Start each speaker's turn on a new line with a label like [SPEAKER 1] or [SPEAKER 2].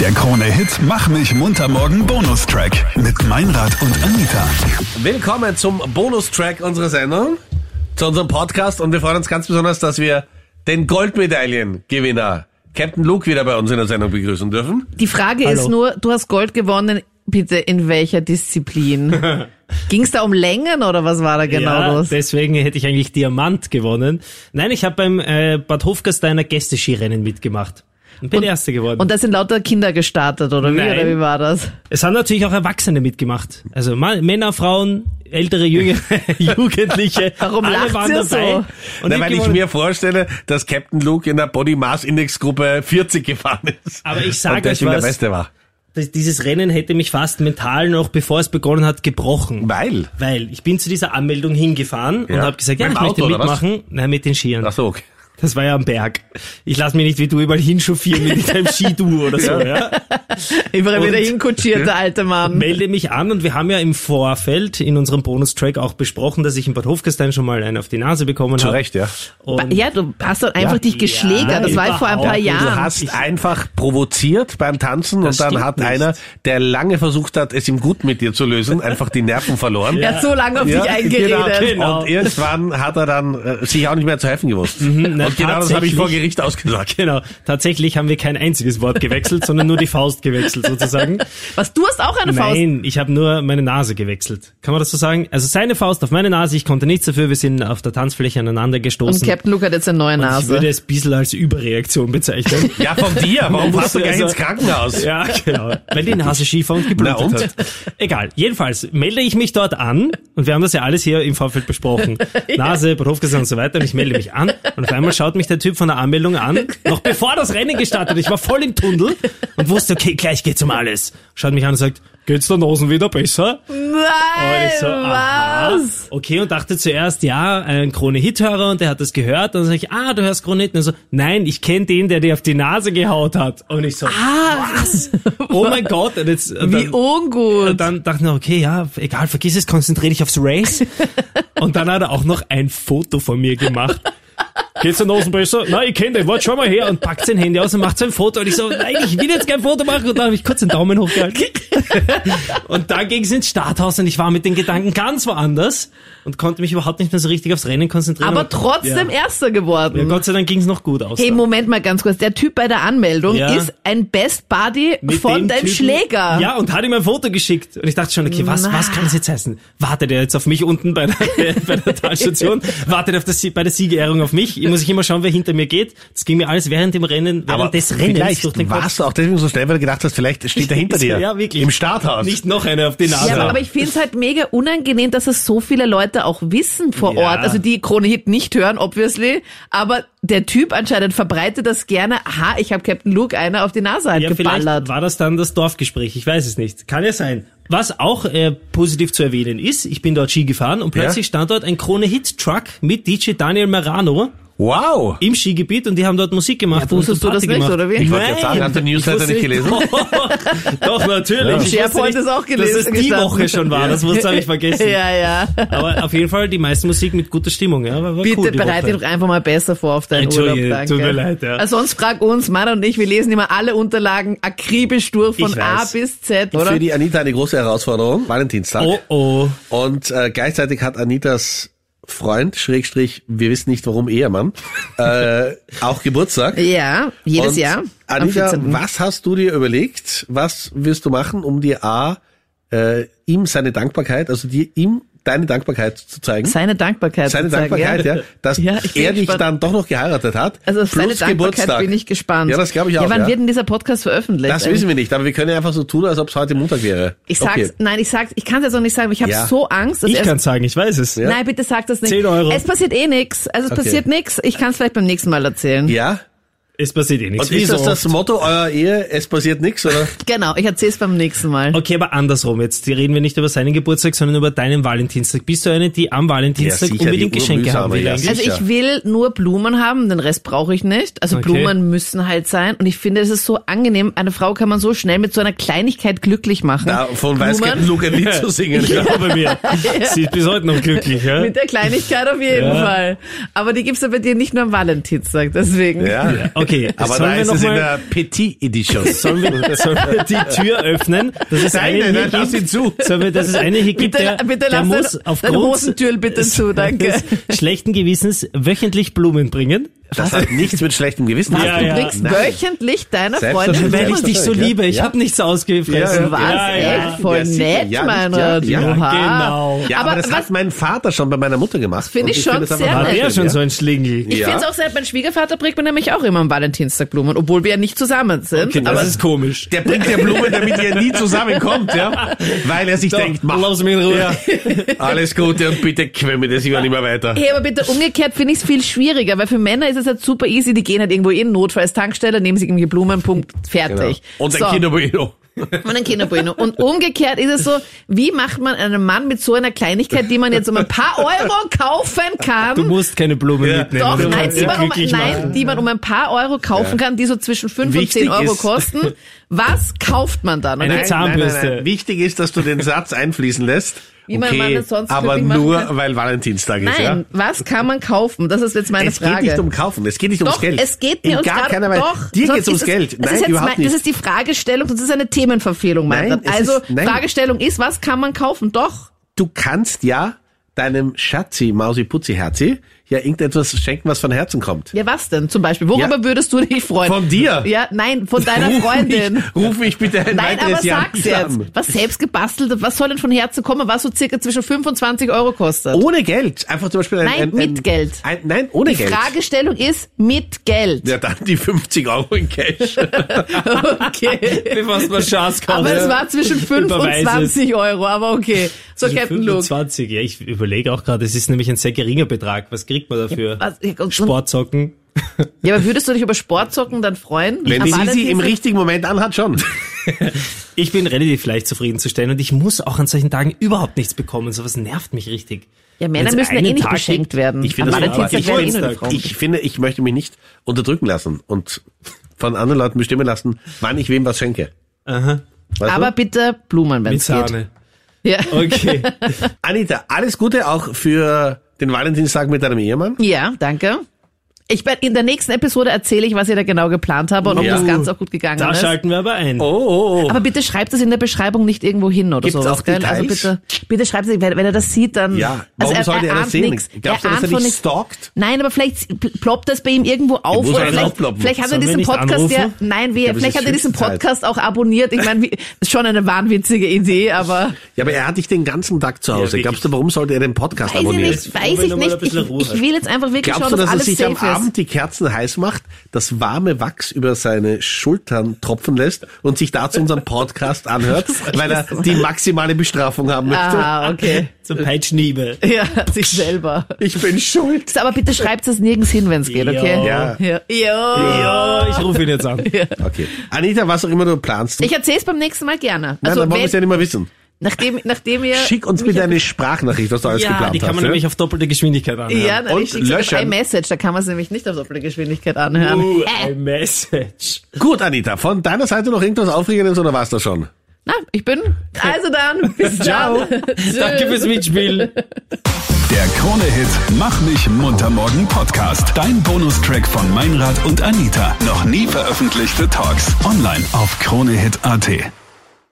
[SPEAKER 1] Der Krone-Hit Mach mich munter morgen Bonustrack mit Meinrad und Anita.
[SPEAKER 2] Willkommen zum Bonustrack unserer Sendung, zu unserem Podcast und wir freuen uns ganz besonders, dass wir den Goldmedaillengewinner Captain Luke wieder bei uns in der Sendung begrüßen dürfen.
[SPEAKER 3] Die Frage ist nur, du hast Gold gewonnen, bitte in welcher Disziplin? Ging es da um Längen oder was war da genau
[SPEAKER 4] ja,
[SPEAKER 3] los?
[SPEAKER 4] deswegen hätte ich eigentlich Diamant gewonnen. Nein, ich habe beim äh, Bad Hofgasteiner Gästeskirennen mitgemacht. Und bin Erster geworden.
[SPEAKER 3] Und da sind lauter Kinder gestartet, oder wie?
[SPEAKER 4] Nein.
[SPEAKER 3] Oder wie war das?
[SPEAKER 4] es haben natürlich auch Erwachsene mitgemacht. Also Ma- Männer, Frauen, ältere, jüngere, Jugendliche.
[SPEAKER 3] Warum
[SPEAKER 4] alle
[SPEAKER 3] lacht
[SPEAKER 4] waren
[SPEAKER 3] ihr
[SPEAKER 4] dabei.
[SPEAKER 3] so?
[SPEAKER 4] Und
[SPEAKER 2] Na,
[SPEAKER 4] ich
[SPEAKER 2] weil ich
[SPEAKER 4] gewonnen.
[SPEAKER 2] mir vorstelle, dass Captain Luke in der Body Mass Index Gruppe 40 gefahren ist.
[SPEAKER 4] Aber ich sag
[SPEAKER 2] Und der
[SPEAKER 4] euch
[SPEAKER 2] der
[SPEAKER 4] was.
[SPEAKER 2] Beste war.
[SPEAKER 4] Das- dieses Rennen hätte mich fast mental noch, bevor es begonnen hat, gebrochen.
[SPEAKER 2] Weil.
[SPEAKER 4] Weil ich bin zu dieser Anmeldung hingefahren
[SPEAKER 2] Ja.
[SPEAKER 4] und habe gesagt, ja,
[SPEAKER 2] Mit
[SPEAKER 4] ich
[SPEAKER 2] dem
[SPEAKER 4] möchte
[SPEAKER 2] Auto, oder was?
[SPEAKER 4] mitmachen. Nein, mit den Skiern.
[SPEAKER 2] Ach so, okay.
[SPEAKER 4] Das war ja am Berg. Ich lass mich nicht wie du überall hinchauffieren mit deinem Skiduo oder so, ja.
[SPEAKER 3] Überall
[SPEAKER 4] Und-
[SPEAKER 3] wieder hinkutschiert, der alte Mann.
[SPEAKER 4] Melde mich an und wir haben ja im Vorfeld in unserem Bonustrack auch besprochen, dass ich in Bad Hofgastein schon mal einen auf die Nase bekommen
[SPEAKER 2] Zu
[SPEAKER 4] habe.
[SPEAKER 2] Recht, ja.
[SPEAKER 4] Und
[SPEAKER 3] Ja, du hast doch einfach dich geschlägert.
[SPEAKER 4] Ja,
[SPEAKER 3] das war halt vor ein paar
[SPEAKER 4] überhaupt nicht.
[SPEAKER 2] Du
[SPEAKER 3] Jahren.
[SPEAKER 2] hast einfach provoziert beim Tanzen
[SPEAKER 4] Das
[SPEAKER 2] und dann
[SPEAKER 4] stimmt
[SPEAKER 2] hat
[SPEAKER 4] nicht.
[SPEAKER 2] einer, der lange versucht hat, es ihm gut mit dir zu lösen, einfach die Nerven verloren.
[SPEAKER 3] er hat so lange auf dich eingeredet.
[SPEAKER 2] Genau. Und irgendwann hat er dann äh, sich auch nicht mehr zu helfen gewusst.
[SPEAKER 4] Mhm, na,
[SPEAKER 2] und genau das habe ich
[SPEAKER 4] tatsächlich.
[SPEAKER 2] vor Gericht ausgesagt.
[SPEAKER 4] Genau. Tatsächlich haben wir kein einziges Wort gewechselt, sondern nur die Faust gewechselt sozusagen.
[SPEAKER 3] Was, du hast auch eine Faust?
[SPEAKER 4] Nein, ich habe nur meine Nase gewechselt. Kann man das so sagen? Also seine Faust auf meine Nase, ich konnte nichts dafür, wir sind auf der Tanzfläche aneinander
[SPEAKER 3] Und
[SPEAKER 4] gestoßen.
[SPEAKER 3] Captain Luke hat jetzt eine neue
[SPEAKER 4] Und ich
[SPEAKER 3] Nase.
[SPEAKER 4] würde es ein bisschen als Überreaktion bezeichnen.
[SPEAKER 2] Ja, von dir. Warum warst du gar nicht
[SPEAKER 4] Also-
[SPEAKER 2] ins Krankenhaus?
[SPEAKER 4] Ja, genau. Weil die Nase schiefer und geblutet
[SPEAKER 2] Na und?
[SPEAKER 4] hat. Egal. Jedenfalls melde ich mich dort an und wir haben das ja alles hier im Vorfeld besprochen. Nase, Berufsgesang und so weiter und ich melde mich an und auf einmal schaut mich der Typ von der Anmeldung an, noch bevor das Rennen gestartet ist. Ich war voll im Tunnel und wusste, okay, gleich geht's um alles. Schaut mich an und sagt, geht's der Nasen wieder besser? Und
[SPEAKER 3] Nein,
[SPEAKER 4] ich Oh, so, aha.
[SPEAKER 3] was?
[SPEAKER 4] Okay, und dachte zuerst, ja, ein Krone-Hit-Hörer und der hat das gehört. Und dann sag ich, ah, du hörst Krone-Hit. Und er so, nein, ich kenne den, der dir auf die Nase gehaut hat. Und ich so, was? Oh mein Gott. Und jetzt, und
[SPEAKER 3] Ah, Wie
[SPEAKER 4] dann, und
[SPEAKER 3] ungut.
[SPEAKER 4] dann dachte ich noch, okay, ja, egal, vergiss es, konzentriere dich aufs Race. und dann hat er auch noch ein Foto von mir gemacht. Geht's den Nasen besser? Nein, ich kenne den, warte, schau mal her. Und packt sein Handy aus und macht sein Foto. Und ich so, nein, ich will jetzt kein Foto machen. Und dann habe ich kurz den Daumen hochgehalten. Und dann ging's ins Starthaus und ich war mit den Gedanken ganz woanders und konnte mich überhaupt nicht mehr so richtig aufs Rennen konzentrieren.
[SPEAKER 3] Aber trotzdem
[SPEAKER 4] ja.
[SPEAKER 3] Erster geworden.
[SPEAKER 4] Ja, Gott sei Dank ging's noch gut aus.
[SPEAKER 3] Hey,
[SPEAKER 4] dann.
[SPEAKER 3] Moment mal ganz kurz. Der Typ bei der Anmeldung
[SPEAKER 4] Ja.
[SPEAKER 3] ist ein Best Buddy
[SPEAKER 4] Mit
[SPEAKER 3] von
[SPEAKER 4] dem
[SPEAKER 3] deinem
[SPEAKER 4] Typen-
[SPEAKER 3] Schläger.
[SPEAKER 4] Ja, und hat ihm ein Foto geschickt. Und ich dachte schon, okay, was,
[SPEAKER 3] Na.
[SPEAKER 4] was kann das jetzt heißen? Wartet er jetzt auf mich unten bei der, bei der Talstation? Wartet er auf das, Sie- bei der Siegerehrung auf mich? Ich muss ich immer schauen, wer hinter mir geht. Das ging mir alles während dem Rennen, während
[SPEAKER 2] Aber
[SPEAKER 4] des Rennens
[SPEAKER 2] vielleicht
[SPEAKER 4] durch den Kopf.
[SPEAKER 2] warst du auch deswegen so schnell, weil du gedacht hast, vielleicht steht er hinter dir.
[SPEAKER 4] Ja, wirklich.
[SPEAKER 2] Im Starthaus.
[SPEAKER 4] Nicht noch eine auf die Nase.
[SPEAKER 3] Ja, aber, aber ich finde es halt mega unangenehm, dass es so viele Leute auch wissen vor
[SPEAKER 4] Ja.
[SPEAKER 3] Ort. Also die Krone Hit nicht hören, obviously. Aber der Typ anscheinend verbreitet das gerne. Aha, ich habe Captain Luke einer auf die Nase halt
[SPEAKER 4] Ja, vielleicht
[SPEAKER 3] geballert.
[SPEAKER 4] war das dann das Dorfgespräch, ich weiß es nicht. Kann ja sein. Was auch äh, positiv zu erwähnen ist, ich bin dort Ski gefahren und
[SPEAKER 2] Ja?
[SPEAKER 4] plötzlich stand dort ein Krone-Hit-Truck mit DJ Daniel Marano
[SPEAKER 2] Wow.
[SPEAKER 4] im Skigebiet und die haben dort Musik gemacht.
[SPEAKER 3] Ja,
[SPEAKER 4] und
[SPEAKER 3] wusstest du das
[SPEAKER 4] Party
[SPEAKER 3] nicht,
[SPEAKER 4] gemacht.
[SPEAKER 3] oder wie? Ich
[SPEAKER 2] Ich wollte gerade sagen, hast du den Newsletter nicht gelesen?
[SPEAKER 4] Doch, doch, natürlich. Ich wusste
[SPEAKER 3] SharePoint
[SPEAKER 4] nicht,
[SPEAKER 3] ist auch
[SPEAKER 4] Dass
[SPEAKER 3] gelesen
[SPEAKER 4] es die
[SPEAKER 3] gestanden.
[SPEAKER 4] Woche schon war, das wusste habe ich vergessen.
[SPEAKER 3] Ja, ja.
[SPEAKER 4] Aber auf jeden Fall die meiste Musik mit guter Stimmung. Ja, war, war
[SPEAKER 3] Bitte
[SPEAKER 4] cool, die
[SPEAKER 3] bereite
[SPEAKER 4] Woche.
[SPEAKER 3] dich doch einfach mal besser vor auf deinen Urlaub.
[SPEAKER 4] Entschuldige,
[SPEAKER 3] Danke.
[SPEAKER 4] tut mir leid, ja.
[SPEAKER 3] Also sonst frag uns, Mann und ich, wir lesen immer alle Unterlagen akribisch durch von
[SPEAKER 4] Ich
[SPEAKER 3] A
[SPEAKER 4] weiß.
[SPEAKER 3] bis Z, oder?
[SPEAKER 2] Für die Anita eine große Herausforderung. Valentinstag.
[SPEAKER 4] Oh, oh.
[SPEAKER 2] Und äh, gleichzeitig hat Anitas Freund, Schrägstrich, wir wissen nicht warum Ehemann, äh, auch Geburtstag.
[SPEAKER 3] Ja, jedes
[SPEAKER 2] Und
[SPEAKER 3] Jahr. am
[SPEAKER 2] Anita,
[SPEAKER 3] 14..
[SPEAKER 2] was hast du dir überlegt? Was wirst du machen, um dir A, äh, ihm seine Dankbarkeit, also dir ihm deine Dankbarkeit zu zeigen?
[SPEAKER 3] Seine Dankbarkeit.
[SPEAKER 2] Seine
[SPEAKER 3] zu zeigen,
[SPEAKER 2] Dankbarkeit, ja, dass
[SPEAKER 3] Ja, ich bin
[SPEAKER 2] er dich
[SPEAKER 3] gespannt.
[SPEAKER 2] dann doch noch geheiratet hat.
[SPEAKER 3] Also auf
[SPEAKER 2] plus
[SPEAKER 3] seine Dankbarkeit
[SPEAKER 2] Geburtstag.
[SPEAKER 3] bin ich gespannt.
[SPEAKER 2] Ja, das glaube ich auch.
[SPEAKER 3] Ja, wann
[SPEAKER 2] ja.
[SPEAKER 3] wird denn dieser Podcast veröffentlicht?
[SPEAKER 2] das wissen wir nicht, aber wir können ja einfach so tun, als ob es heute Montag wäre.
[SPEAKER 3] Ich sag's,
[SPEAKER 2] Okay.
[SPEAKER 3] nein, ich sag's, ich kann's jetzt auch nicht sagen, ich habe
[SPEAKER 2] Ja.
[SPEAKER 3] so Angst, dass
[SPEAKER 4] Ich
[SPEAKER 3] er-
[SPEAKER 4] kann sagen, ich weiß es.
[SPEAKER 3] Nein, bitte sag das nicht.
[SPEAKER 4] 10 Euro.
[SPEAKER 3] Es passiert eh nix. Also es
[SPEAKER 2] Okay.
[SPEAKER 3] passiert nix. Ich kann's vielleicht beim nächsten Mal erzählen.
[SPEAKER 2] Ja?
[SPEAKER 4] Es passiert eh nichts.
[SPEAKER 2] Und ist
[SPEAKER 4] Wieso?
[SPEAKER 2] das das Motto eurer Ehe? Es passiert nichts, oder?
[SPEAKER 3] Genau, ich erzähl's beim nächsten Mal.
[SPEAKER 4] Okay, aber andersrum jetzt. Die reden wir nicht über seinen Geburtstag, sondern über deinen Valentinstag. Bist du eine, die am Valentinstag
[SPEAKER 2] Ja, sicher,
[SPEAKER 4] unbedingt
[SPEAKER 2] die
[SPEAKER 4] Geschenke haben
[SPEAKER 2] urmühsame,
[SPEAKER 4] will
[SPEAKER 2] ja,
[SPEAKER 4] eigentlich?
[SPEAKER 3] Also
[SPEAKER 2] sicher.
[SPEAKER 3] ich will nur Blumen haben, den Rest brauche ich nicht. Also
[SPEAKER 4] Okay.
[SPEAKER 3] Blumen müssen halt sein. Und ich finde, es ist so angenehm. Eine Frau kann man so schnell mit so einer Kleinigkeit glücklich machen.
[SPEAKER 2] Na, von weiß
[SPEAKER 3] Blumen,
[SPEAKER 2] Captain Luke ein Lied zu singen.
[SPEAKER 4] Ich glaube mir. Sie ist bis heute noch glücklich,
[SPEAKER 2] ne?
[SPEAKER 4] ja?
[SPEAKER 3] Mit der Kleinigkeit auf jeden
[SPEAKER 4] Ja.
[SPEAKER 3] Fall. Aber die gibt's ja bei dir nicht nur am Valentinstag, deswegen.
[SPEAKER 2] Ja.
[SPEAKER 4] Okay, Okay,
[SPEAKER 2] Aber
[SPEAKER 4] sollen
[SPEAKER 2] da
[SPEAKER 4] wir
[SPEAKER 2] ist
[SPEAKER 4] noch
[SPEAKER 2] es in
[SPEAKER 4] mal,
[SPEAKER 2] der Petit Edition.
[SPEAKER 4] sollen, wir, sollen wir die Tür öffnen? Das ist
[SPEAKER 2] Nein,
[SPEAKER 4] eine
[SPEAKER 2] nein,
[SPEAKER 4] hier
[SPEAKER 2] nein, lass
[SPEAKER 4] gibt-
[SPEAKER 2] ihn zu.
[SPEAKER 4] Sollen wir, dass es eine hier gibt,
[SPEAKER 3] ne? Bitte,
[SPEAKER 4] der,
[SPEAKER 3] bitte
[SPEAKER 4] der
[SPEAKER 3] lass
[SPEAKER 4] muss
[SPEAKER 3] dein, dein
[SPEAKER 4] aufgrund
[SPEAKER 3] Hosentürl bitte zu, danke.
[SPEAKER 4] des schlechten Gewissens wöchentlich Blumen bringen?
[SPEAKER 2] Das hat nichts mit schlechtem Gewissen zu
[SPEAKER 4] Ja,
[SPEAKER 3] du
[SPEAKER 2] tun.
[SPEAKER 4] ja.
[SPEAKER 3] kriegst
[SPEAKER 2] Nein.
[SPEAKER 3] wöchentlich deiner
[SPEAKER 2] Selbstverständlich.
[SPEAKER 3] Freundin
[SPEAKER 4] Weil ich
[SPEAKER 2] das
[SPEAKER 4] dich
[SPEAKER 2] ist
[SPEAKER 4] so
[SPEAKER 2] ja.
[SPEAKER 4] liebe, ich
[SPEAKER 2] Ja.
[SPEAKER 4] habe nichts ausgefressen.
[SPEAKER 2] Ja,
[SPEAKER 3] Was?
[SPEAKER 4] Ja, ja.
[SPEAKER 3] echt? Voll
[SPEAKER 2] Ja, sicher.
[SPEAKER 3] nett,
[SPEAKER 2] Ja,
[SPEAKER 3] mein
[SPEAKER 2] ja,
[SPEAKER 3] Rat.
[SPEAKER 2] ja,
[SPEAKER 3] Oha.
[SPEAKER 4] genau.
[SPEAKER 2] Ja, aber,
[SPEAKER 3] aber
[SPEAKER 2] das
[SPEAKER 3] was,
[SPEAKER 2] hat mein Vater schon bei meiner Mutter gemacht.
[SPEAKER 3] finde
[SPEAKER 2] Und
[SPEAKER 3] ich schon
[SPEAKER 2] das einfach
[SPEAKER 3] sehr
[SPEAKER 4] Hat
[SPEAKER 2] wunderschön,
[SPEAKER 4] er schon
[SPEAKER 2] ja.
[SPEAKER 4] so ein Schlingel?
[SPEAKER 3] Ich
[SPEAKER 2] Ja.
[SPEAKER 3] finde es auch sehr, mein Schwiegervater bringt mir nämlich auch immer am Valentinstag Blumen, obwohl wir ja nicht zusammen sind.
[SPEAKER 2] Okay,
[SPEAKER 3] aber
[SPEAKER 4] Das ist komisch.
[SPEAKER 2] Der bringt ja Blumen, damit ihr nie zusammenkommt, ja? Weil er sich denkt, mach,
[SPEAKER 4] lass mich in Ruhe.
[SPEAKER 2] Ja. Alles Gute und bitte quäl mir das immer nicht mehr weiter.
[SPEAKER 3] Hey, aber bitte umgekehrt finde ich es viel schwieriger, weil für Männer ist es halt super easy, die gehen halt irgendwo in, Notfalls Tankstelle, nehmen sich irgendwie Blumen, Punkt, fertig.
[SPEAKER 2] Genau. Und ein
[SPEAKER 3] so.
[SPEAKER 2] Kinderbueno.
[SPEAKER 3] Und ein Kinderbueno. Und umgekehrt ist es so, wie macht man einen Mann mit so einer Kleinigkeit, die man jetzt um ein paar Euro kaufen kann?
[SPEAKER 4] Du musst keine Blumen
[SPEAKER 2] Ja.
[SPEAKER 4] mitnehmen.
[SPEAKER 3] doch,
[SPEAKER 4] du
[SPEAKER 3] nein,
[SPEAKER 4] musst
[SPEAKER 3] die
[SPEAKER 4] sie
[SPEAKER 3] man, um,
[SPEAKER 4] glücklich
[SPEAKER 3] nein,
[SPEAKER 4] machen.
[SPEAKER 3] die man um ein paar Euro kaufen kann, die so zwischen 5
[SPEAKER 2] Wichtig
[SPEAKER 3] und 10 Euro
[SPEAKER 2] ist-
[SPEAKER 3] kosten. Was kauft man dann? Und
[SPEAKER 4] Eine
[SPEAKER 3] jetzt-
[SPEAKER 4] Zahnbürste.
[SPEAKER 2] Wichtig ist, dass du den Satz einfließen lässt.
[SPEAKER 3] Wie man
[SPEAKER 2] okay,
[SPEAKER 3] Mann sonst
[SPEAKER 2] aber
[SPEAKER 3] glücklich machen
[SPEAKER 2] nur,
[SPEAKER 3] kann.
[SPEAKER 2] weil Valentinstag ist, ja?
[SPEAKER 3] Nein, was kann man kaufen? Das ist jetzt meine
[SPEAKER 2] Es
[SPEAKER 3] Frage.
[SPEAKER 2] geht nicht um Kaufen, es geht nicht
[SPEAKER 3] doch,
[SPEAKER 2] ums Geld.
[SPEAKER 3] es geht mir
[SPEAKER 2] In
[SPEAKER 3] ums
[SPEAKER 2] gar
[SPEAKER 3] Grab-
[SPEAKER 2] keiner Weise.
[SPEAKER 3] Doch,
[SPEAKER 2] Dir
[SPEAKER 3] sonst
[SPEAKER 2] geht's ums
[SPEAKER 3] ist es-
[SPEAKER 2] Geld.
[SPEAKER 3] Es ist
[SPEAKER 2] Nein,
[SPEAKER 3] jetzt
[SPEAKER 2] überhaupt
[SPEAKER 3] mein,
[SPEAKER 2] nicht.
[SPEAKER 3] Das ist die Fragestellung, das ist eine Themenverfehlung, mein
[SPEAKER 2] Nein,
[SPEAKER 3] Rat.
[SPEAKER 2] es
[SPEAKER 3] Also,
[SPEAKER 2] ist- nein.
[SPEAKER 3] Fragestellung ist, was kann man kaufen? Doch.
[SPEAKER 2] du kannst ja deinem Schatzi, Mausi, Putzi, Herzi, ja irgendetwas schenken, was von Herzen kommt.
[SPEAKER 3] Ja, was denn zum Beispiel? Worüber
[SPEAKER 2] Ja.
[SPEAKER 3] würdest du dich freuen?
[SPEAKER 2] Von dir?
[SPEAKER 3] Ja, nein, von deiner
[SPEAKER 2] Ruf
[SPEAKER 3] Freundin.
[SPEAKER 2] Mich, ruf mich bitte ein
[SPEAKER 3] Nein,
[SPEAKER 2] weiteres
[SPEAKER 3] aber
[SPEAKER 2] Jahr
[SPEAKER 3] sag's
[SPEAKER 2] nicht
[SPEAKER 3] jetzt.
[SPEAKER 2] an.
[SPEAKER 3] Was selbst gebastelt, was soll denn von Herzen kommen, was so circa zwischen 25 Euro kostet?
[SPEAKER 2] Ohne Geld. Einfach zum Beispiel ein,
[SPEAKER 3] Nein,
[SPEAKER 2] ein, ein,
[SPEAKER 3] mit Geld.
[SPEAKER 2] Ein, nein, ohne
[SPEAKER 3] die
[SPEAKER 2] Geld.
[SPEAKER 3] Fragestellung ist mit Geld.
[SPEAKER 2] ja, dann die 50 Euro in Cash.
[SPEAKER 3] Okay.
[SPEAKER 4] Bevor du mal Schatz kaufst.
[SPEAKER 3] Aber es war zwischen 5 und
[SPEAKER 4] Überweis es.
[SPEAKER 3] 20 Euro, aber okay. So,
[SPEAKER 4] Zwischen
[SPEAKER 3] Captain Luke.
[SPEAKER 4] 25, ja, ich überlege auch gerade, es ist nämlich ein sehr geringer Betrag. Was kriegt man dafür?
[SPEAKER 3] Was, ja, und-
[SPEAKER 4] Sportsocken?
[SPEAKER 3] ja, aber würdest du dich über Sportsocken dann freuen?
[SPEAKER 2] Wenn
[SPEAKER 3] Am
[SPEAKER 2] die Sisi im
[SPEAKER 3] Valentinstag?
[SPEAKER 2] richtigen Moment anhat, schon.
[SPEAKER 4] Ich bin relativ leicht zufriedenzustellen und ich muss auch an solchen Tagen überhaupt nichts bekommen. Sowas nervt mich richtig.
[SPEAKER 3] Ja, Männer
[SPEAKER 4] Wenn's
[SPEAKER 3] müssen ja
[SPEAKER 4] einen
[SPEAKER 3] eh nicht
[SPEAKER 4] Tag
[SPEAKER 3] beschenkt
[SPEAKER 4] gibt-
[SPEAKER 3] werden.
[SPEAKER 2] Ich finde
[SPEAKER 3] Am
[SPEAKER 2] das
[SPEAKER 3] Valentinstag
[SPEAKER 4] wunderbar.
[SPEAKER 3] werden eh
[SPEAKER 4] Ich
[SPEAKER 3] nur die
[SPEAKER 4] wollte-
[SPEAKER 3] Frauen.
[SPEAKER 2] Ich finde, ich möchte mich nicht unterdrücken lassen und von anderen Leuten bestimmen lassen, wann ich wem was schenke.
[SPEAKER 4] Aha.
[SPEAKER 2] Weißt
[SPEAKER 3] Aber
[SPEAKER 2] du?
[SPEAKER 3] bitte Blumen, wenn
[SPEAKER 4] Mit
[SPEAKER 3] es geht.
[SPEAKER 4] Sahne.
[SPEAKER 3] Ja.
[SPEAKER 4] Okay.
[SPEAKER 2] Anita, alles Gute auch für den Valentinstag mit deinem Ehemann.
[SPEAKER 3] ja, danke. Ich bin, in der nächsten Episode erzähle ich, was ihr da genau geplant habt und ob
[SPEAKER 2] Ja.
[SPEAKER 3] das Ganze auch gut gegangen
[SPEAKER 4] Da
[SPEAKER 3] ist.
[SPEAKER 4] schalten wir aber ein.
[SPEAKER 2] Oh, oh, oh.
[SPEAKER 3] Aber bitte schreibt es in der Beschreibung nicht irgendwo hin oder
[SPEAKER 2] Gibt's
[SPEAKER 3] sowas.
[SPEAKER 2] auch
[SPEAKER 3] gell? Also
[SPEAKER 2] Details?
[SPEAKER 3] bitte, bitte schreibt es, wenn, wenn er das sieht, dann.
[SPEAKER 2] Ja, warum
[SPEAKER 3] also
[SPEAKER 2] sollte er das
[SPEAKER 3] ahnt
[SPEAKER 2] sehen?
[SPEAKER 3] nix.
[SPEAKER 2] Glaubst du, dass
[SPEAKER 3] ahnt
[SPEAKER 2] er
[SPEAKER 3] von
[SPEAKER 2] dich
[SPEAKER 3] nix.
[SPEAKER 2] stalkt?
[SPEAKER 3] Nein, aber vielleicht pl- ploppt das bei ihm irgendwo auf.
[SPEAKER 2] muss
[SPEAKER 3] oder
[SPEAKER 2] er
[SPEAKER 3] vielleicht,
[SPEAKER 2] aufploppen?
[SPEAKER 3] vielleicht hat er
[SPEAKER 4] Sollen wir
[SPEAKER 3] diesen
[SPEAKER 4] nicht
[SPEAKER 3] Podcast ja.
[SPEAKER 4] anrufen?
[SPEAKER 3] Nein, wir,
[SPEAKER 2] glaube, es
[SPEAKER 3] vielleicht
[SPEAKER 2] ist
[SPEAKER 3] hat er diesen
[SPEAKER 2] höchste Zeit.
[SPEAKER 3] Podcast auch aboniert. Ich meine, wie- ist schon eine wahnwitzige Idee, aber
[SPEAKER 2] Ja, aber er hat dich den ganzen Tag zu Hause.
[SPEAKER 4] wirklich.
[SPEAKER 2] Glaubst du, warum sollte er den Podcast
[SPEAKER 3] weiß ich
[SPEAKER 2] abonnieren?
[SPEAKER 3] nicht, weiß
[SPEAKER 4] wenn
[SPEAKER 3] ich
[SPEAKER 4] er mal ein
[SPEAKER 3] nicht. Ich,
[SPEAKER 4] bisschen Ruhe
[SPEAKER 3] ich
[SPEAKER 4] hat.
[SPEAKER 3] will jetzt einfach wirklich
[SPEAKER 2] Glaubst
[SPEAKER 3] schauen,
[SPEAKER 2] du,
[SPEAKER 3] dass
[SPEAKER 2] dass er
[SPEAKER 3] alles
[SPEAKER 2] sich am
[SPEAKER 3] safe ist.
[SPEAKER 2] Abend die Kerzen heiß macht, das warme Wachs über seine Schultern tropfen lässt und sich dazu unseren Podcast anhört, weil er die maximale Bestrafung haben möchte?
[SPEAKER 3] Ah, okay.
[SPEAKER 4] Zum Peitschniebe.
[SPEAKER 3] Ja, sich selber.
[SPEAKER 2] Ich bin schuld.
[SPEAKER 3] Aber bitte schreibt es nirgends hin, wenn es geht, okay?
[SPEAKER 2] Ja.
[SPEAKER 3] Ja. ja.
[SPEAKER 4] Ja, ich rufe ihn jetzt an.
[SPEAKER 2] Okay. Anita, was auch immer du planst.
[SPEAKER 3] Ich erzähle es beim nächsten Mal gerne.
[SPEAKER 2] Nein,
[SPEAKER 3] Also,
[SPEAKER 2] dann wollen wir es ja
[SPEAKER 3] wenn, Äh,
[SPEAKER 2] nicht mehr wissen.
[SPEAKER 3] nachdem, nachdem ihr.
[SPEAKER 2] Schick uns bitte eine Sprachnachricht, was du alles
[SPEAKER 4] Ja,
[SPEAKER 2] geplant
[SPEAKER 4] die kann man
[SPEAKER 2] hast.
[SPEAKER 4] nämlich auf doppelte Geschwindigkeit anhören.
[SPEAKER 3] Ja, nein,
[SPEAKER 2] Und
[SPEAKER 3] ich schicke es
[SPEAKER 2] löschen.
[SPEAKER 3] iMessage, da kann man es nämlich nicht auf doppelte Geschwindigkeit anhören.
[SPEAKER 4] Uh,
[SPEAKER 3] äh,
[SPEAKER 4] ein Message.
[SPEAKER 2] Gut, Anita, von deiner Seite noch irgendwas Aufregendes oder war's das schon?
[SPEAKER 3] na, ich bin. Also dann, bis
[SPEAKER 4] Ciao.
[SPEAKER 3] dann.
[SPEAKER 4] Danke fürs Mitspielen.
[SPEAKER 1] Der Krone-Hit Mach mich munter morgen Podcast. Dein Bonustrack von Meinrad und Anita. Noch nie veröffentlichte Talks. Online auf kronehit.at.